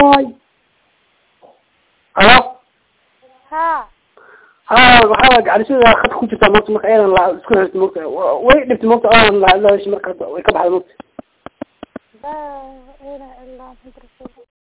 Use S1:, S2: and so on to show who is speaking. S1: باي
S2: alo
S1: ها
S2: haa waxaa waa gacalisada khadka ku jirtaa maanta marka aydan la isku xirta maogta way dhibtay maogta aadan la hadlaasha marka way ka baxday maogta
S1: لا إله إلا أنت رسول الله